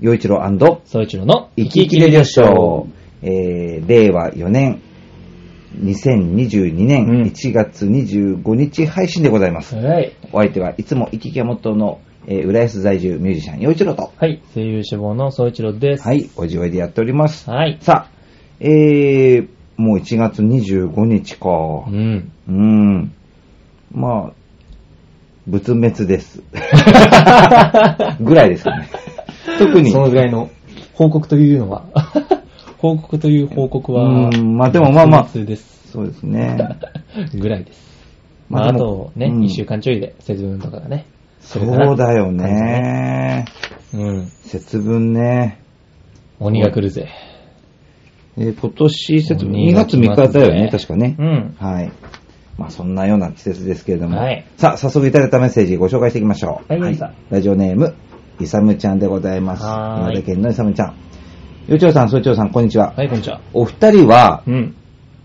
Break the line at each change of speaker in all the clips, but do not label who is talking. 洋一郎生
総一郎の
き生きレディオショー、えー、令和4年、2022
うん
年1月25日配信でございます。
はい。
お相手はいつも生きが元の、えー、浦安在住ミュージシャン洋一郎と、
はい。声優志望の総一郎です。
はい、おじおいでやっております。
はい。
さあ、えー、もう1月25日か。
うん。
うん。まあ、仏滅 です。ぐらいですかね。特に。
そのぐらいの報告というのは、 報告という報告は、
うんまあでもまあまあ
普通です。
そうですね。
ぐらいです。ま
ま
あ、
あ
あ
で
と
も
ね、一
うん
週間ちょいで節分とかがね。来るかな
そうだよ。ね。
うん。
節分ね。
鬼が来るぜ。
えー今年節分、
鬼
2
が
月
来ま
3
すぜ
日だよね、確かね
う。ん。
はい。まあそんなような季節ですけれども。
はい
さあ、早速いただいたメッセージご紹介していきましょう。
はいさん
ラジオネーム、イサムちゃんでございます。
はー
岩
い
手県のイサムちゃん。よちょうさん、そうちょうさん、こんにちは。
はい、こんにちは。
お二人は、
うん。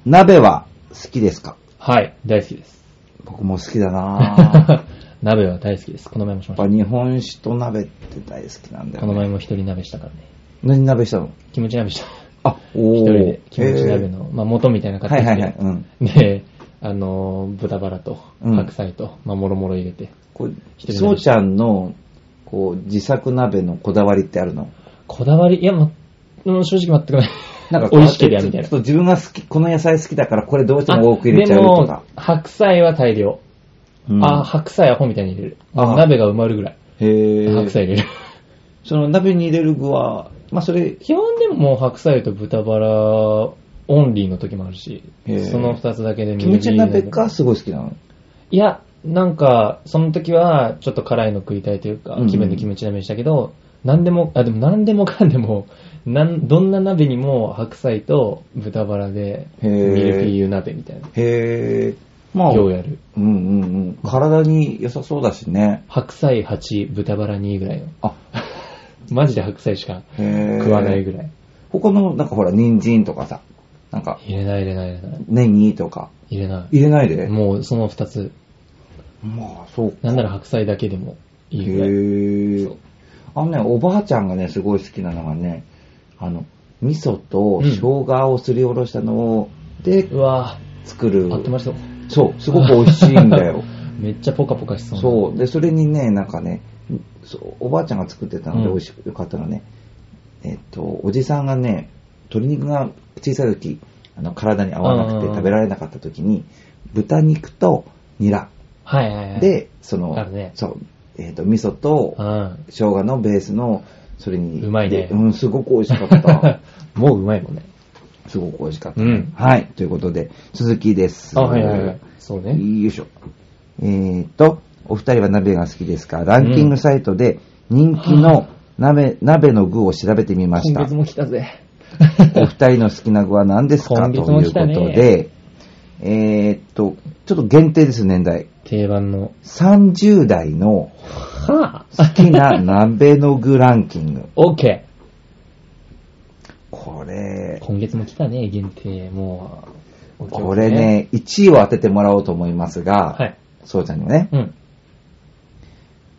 鍋は好きですか
はい。大好きです。
僕も好きだ なぁやっ
鍋は大好きです。この前もしまし
ぱ日本酒と鍋って大好きなんだ
た。
よ、
この
ね。
前も一人鍋したからね。
何鍋したの
キムチ鍋した。
あ、おー
一人でキムチ鍋の、まあ、元みたいな
えー
の
は
買っ
い
て
はいはい。
きて、
うん。
で、あのー、豚バラと
うん
白菜と、まあ、もろもろ入れて。
こ
一人
う、
で
そうちゃんの、こう、自作鍋のこだわりってあるの
こだわり、いや、ま、うん正直全くない。
なんかこ
美
う
味しけりゃみたい
ちょ。
な
っと自分が好き、この野菜好きだからこれどうしても多く入れちゃうとか。
あでも、白菜は大量。
うん
あ、白菜アホみたいに入れる。
あ
鍋が埋まるぐらい。
へえ。
白菜入れる。
その鍋に入れる具は、まあそれ、
基本でももう白菜と豚バラオンリーの時もあるし
へえ、
その二つだけで
キムチ鍋
か
がすごい好きなの
いや、なんか、その時は、ちょっと辛いの食いたいというか
うんう、ん
気分でキムチ鍋にしたけど、何でも、あ、でも何でもかんでも、 なん、どんな鍋にも白菜と豚バラで、
へ
ミ
ー
ルフィーユ鍋みたいな、
へえ。まあ、
今日やる。
うんうんうん。体に良さそうだしね。
白菜8、豚バラ2ぐらいの。
あ、
マジで白菜しか
へえ。
食わないぐらい。
他の、なんかほら、人参とかさ、なんか、
入れない入れない入れない。
ネギとか、
入れな
入れないで
い。もうその二つ。
まあ、そうか。
なんなら白菜だけでもいいぐらい。
へ
そ
え
う。
あのね、おばあちゃんがね、すごい好きなのがね、あの、味噌と
うん
生姜をすりおろしたのを、で
う、わ
作る
ぁ、。あってまりそう。
そう、すごく美味しいんだよ。
めっちゃポカポカし そうな。
そう。で、それにね、なんかね、そうおばあちゃんが作ってたので
うん
美味しかったのはね、えっと、おじさんがね、鶏肉が小さい時、あの、体に合わなく
うん
て食べられなかった時に、豚肉とニラ
はいはいはい。、
で、その
あるね、
そう、えっと、味噌と
うん。
生姜のベースの、それに、
うまい
で
ね
うん、すごく美味しか った。
もううまいもんね。
すごく美味しかった。
うん
はい。ということで、続きです。
あ、はいはいはい。そうね。
よいしょ。えーと、お二人は鍋が好きですかランキングサイトで人気の鍋、鍋の具を調べてみました。
も来たぜ。
お二人の好きな具は何ですか、
今
と
月
い
も
うこ
来たね
とで、えーっと、ちょっと限定です、年代。
定番の。
30代の
は。
好きな鍋の具ランキング
オッケ
これ
ー。、今月も来たね、限定。もう。
これ。ね、1位を当ててもらおうと思いますが、
はい。
そうちゃんにはね、
うん。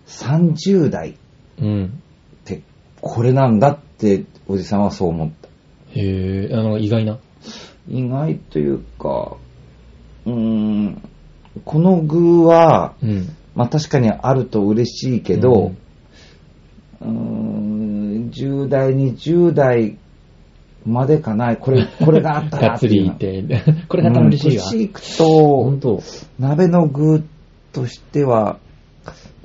30代っ
うん。
てこれなんだっておじさんはそう思った。
へえ、あの、意外な。
意外というか、うーん、この具は、
うん。
まあ確かにあると嬉しいけど、うーん、10代、20代までかな、これ、これがあった
が
な
っ
って
つ
い
り
う
言
の
っ
は。
て。これが楽しいわ。
うん年いくと
本、当。
鍋の具としては、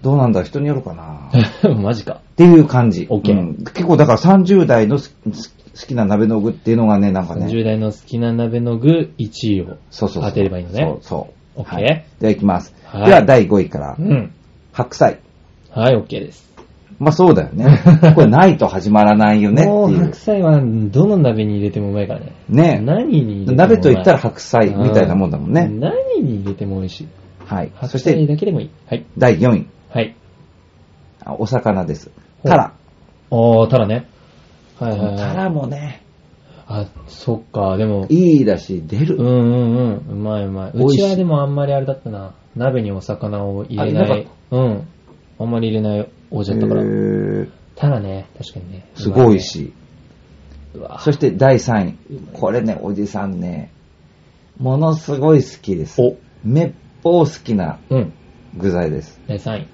どうなんだ、人によるかな。
マジか。
っていう感じ。
OK
うん結構だから30代の好き好き好きな鍋の具っていうのがね、なんかね。
10代の好きな鍋の具1位を
そうそうそう
当てればいいのね。
そうそう。
オッケー
はいでは、いきます。
はい
では、第5位から
う。ん。
白菜。
はい、オッケーです。
まあ、そうだよ ね。これないと始まらないよね
も
って
う
い
白
う。
菜はどの鍋に入れてもうまいからね。
ね。
何に入れてもうまい
鍋と言ったら白菜みたいなもんだもん
う
ね。
何に入れても美味しい。
はい。そ
白
し
菜
て、
だけでもいい。はい。
第4位。
はい。
あお魚です。
ほう
タラ。
おー、たらね。はいはい
タ
はい。
ラもね、
あ、そっか、でも、
いいだし、出
うん
る。
うんうん、うまいうまい。
美
う
味し
ち
い
はでもあんまりあれだったな。鍋にお魚を入れな
あ入れ
い。うん。あんまり入れないおじだったから
へ。ー
たらね、確かにね。
すごいし。
うわ。
そして第3位。これね、おじさんね、ものすごい好きです。
お
めっぽう好きな
うん。
具材です。
第3位。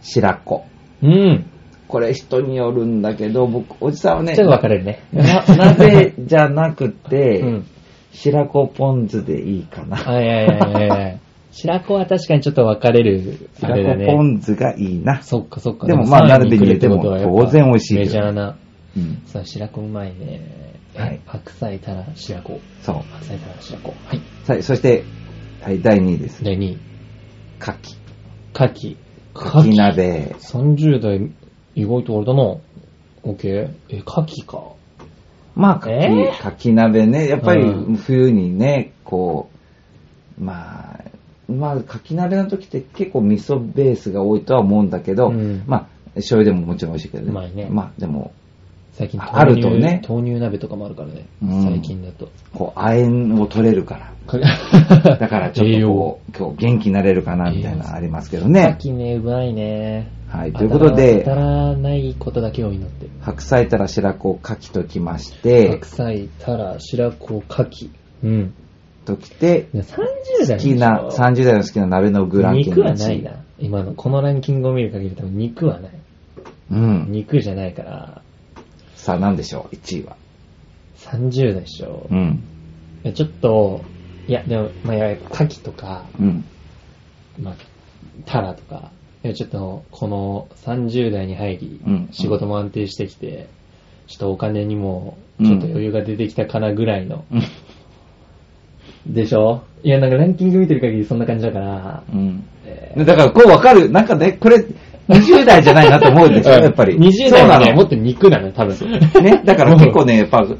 白子。
うん。
これ人によるんだけど、僕、おじさんはね
ちょ、っと分かれるね。
な鍋じゃなくて、
うん。
白子ポン酢でいいかな。
はいはいはいはいはい。白子は確かにちょっと分かれる。あれだ
白子ポ
ね。
ン酢がいいな。
そっかそっか。
でもまあ
三位
並べに入れても
来るってことはやっぱ
当然美味しいけど
メジャーな。
うん
さあ、白子うまいね。
はい
白菜たら白子。
そう。
白菜たら白子。はい。
はい、そして、はい、第2位です。
第2位。
牡蠣。
牡蠣。
牡蠣鍋。
30代、意外とあれだな。OK。え、牡蠣か。
まあ、牡
え
蠣、牡蠣鍋ね。やっぱり
うん
冬にね、こう、まあ、まあ、牡蠣鍋の時って結構味噌ベースが多いとは思うんだけど、
うん
まあ、醤油でももちろん美味しいけどね。
うまいね
まあ、でも、
最近豆乳
あるとね
豆乳鍋とかもあるからね。
うん
最近だ と。
こう、亜鉛を取れるから。だからちょっ
栄
と
養
こう、今日元気になれるかなみたいなのありますけどね。
牡蠣ね、うまいね。
はい、ということで
当、たらないことだけを祈って。
白菜たら白子をかきときまして
白、菜、たら、白子、牡蠣。うん。
ときて、
いや30代
好きな、
三
30代の好きな鍋の具ランキン
肉
グの
は
うち
ないな。今の、このランキングを見る限り多分肉はない。
うん。
肉じゃないから、
さあ、なんでしょう、1位は。
30代でしょ
う。ん。
いやちょっと、いや、でも、まあ、いや牡蠣とか、
うん。
まあ、タラとか、いやちょっと、この30代に入り
うん、
仕事も安定してきて、ちょっとお金にも、
うん
ちょっと余裕が出てきたかなぐらいの、
うん
でしょいや、なんかランキング見てる限りそんな感じだから、
うん。
え
だから、こうわかる。なんかね、これ、20代じゃないなと思うでしょ、やっぱり。
20
そ
代
うな
はね、
の
もっと肉なのよ、多分。
ね、だから結構ね、やっぱ、こ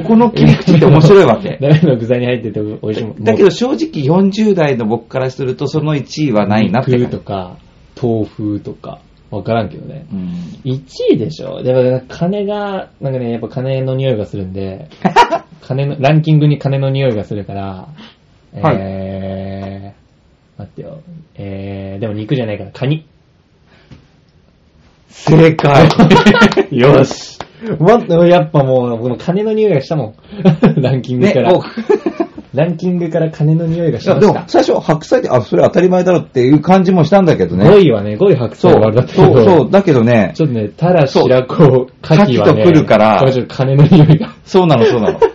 うこの切り口って面白いわけ。
鍋の具材に入ってて美味しいもん。
だけど正直40代の僕からするとその1位はないなって感
肉と
じ。
か、豆腐とか、わからんけどね。
うん
1位でしょでも、金が、なんかね、やっぱ金の匂いがする んで、金の、ランキングに金の匂いがするから、
はい
えー、待ってよ。えー、でも肉じゃないから、カニ。
正解
よし。もっと、やっぱもう、この金の匂いがしたもん。 ランキング
ね
か、ら。
もう
ランキングから金の匂いが
い
し
や
ま
で
し
も
た。
最初白菜で、あ、それ当たり前だろっていう感じもしたんだけど
5
ね。
位はね、5位白
そ
菜
う
はあれだっ、たけ
そ
ど
う、そう、だけどね、
ちょっとね、たら
そう
白子、牡蠣は
牡
ね、
蠣と来るから
これちょっと金の匂いが、
そうなの、そうなの。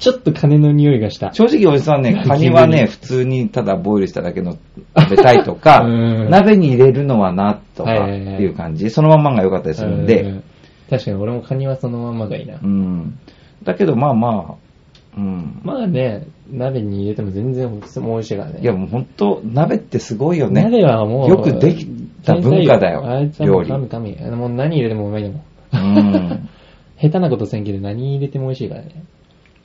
ちょっと金の匂いがした。
正直おじさ んね、カニはね、普通にただボイルしただけの食べたいとか、
うん
鍋に入れるのはな、と
はい
かっ
は
て
いはい
いう感じ、そのまんまが良かったりするん
う
で、
ん確かに俺もカニはそのままがいいな
う。ん。だけどまあまあ、うん。
まあね、鍋に入れても全然美味しいからね。
いやもう本当鍋ってすごいよね。
鍋はもう、
よくできた文化だよ
あいつはもう
料理
神々。あのもう何入れてもうまいでも。
うん。
下手なことせんけど何入れても美味しいからね。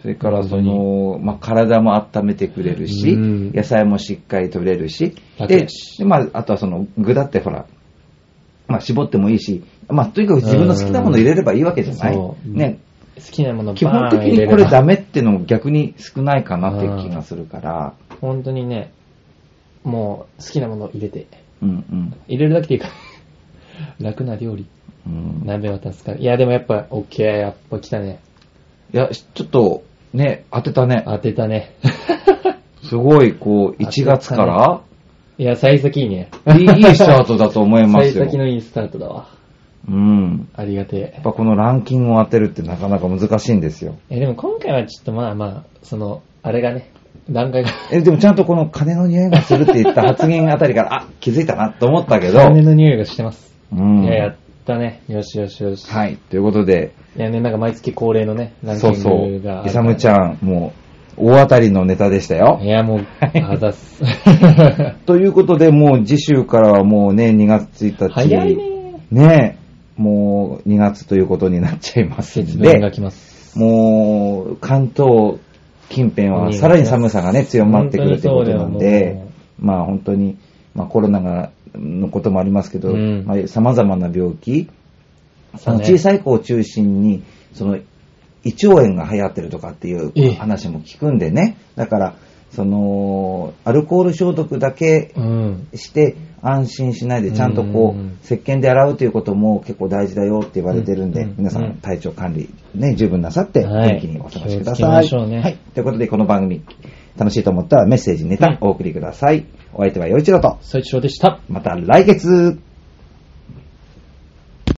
それからその、まあ、体も温めてくれるし、
うん
野菜もしっかり取れるし、
楽
で
やし
でまあ、あとはその具だってほら、まあ、絞ってもいいし、まあ、とにかく自分の好きなもの入れればいいわけじゃない、
うんそう
ね、
好きなもの
基本
バー
的
ン入れ
に
れば
これダメってのも逆に少ないかなっていう気がするから、
本当にね、もう好きなもの入れて。
うん
入れるだけでいいから。 楽な料理。
うん。うん、
鍋は助かる。いや、でもやっぱ、オッケー、やっぱ来たね。
いや、ちょっと、ね、当てたね。
当てたね。
すごい、こう、1月か
いや、幸先いいね。
ら、いいいいスタートだと思います
幸
よ。
先のいいスタートだわ。
うん。
ありがて
やっぱこのランキングを当てるってなかなか難しいんですよ。
え。え、でも今回はちょっとまあまあ、その、あれがね、段階が、
え、でもちゃんとこの金の匂いがするって言った発言あたりから、あ、気づいたなと思ったけど。
金の匂いがしてます。
うん。
いや、やったね。よしよしよし。
はい。ということで、
いやね、なんか毎月恒例のね、ランキ
そうそ
ン
う
グが。。
イサムちゃん、もう、大当たりのネタでしたよ
い。や、もう、あざ っす。
ということで、もう次週からはもうね、2月1日。
早い。ね。
ねえもう2月ということになっちゃいます
節
ん
分が
で、
来ます。
もう関東近辺はさらに寒さがね、強まってくるということなん
本当にそうだよ
で
もう、
まあ本当に、まあコロナが、のこともありますけど、
うん
まあ様々な病気、その
ね
小さい子を中心に、その胃腸炎が流行ってるとかってい
ええ
う話も聞くんでね、だから、その、アルコール消毒だけ
うん。
して安心しないで、ちゃんとこ
うんうんう、
うん石鹸で洗うということも結構大事だよって言われてるんで、
うんうんうん
皆さん体調管理ね、十分なさって、
はい
元気にお過ごしくだ
気をつけ
さ
ま
い。
しょうね
はい。ということで、この番組、楽しいと思ったらメッセージ、ネ
うん
タ、お送りください。お相手は陽一郎と、
最長でした。
また来月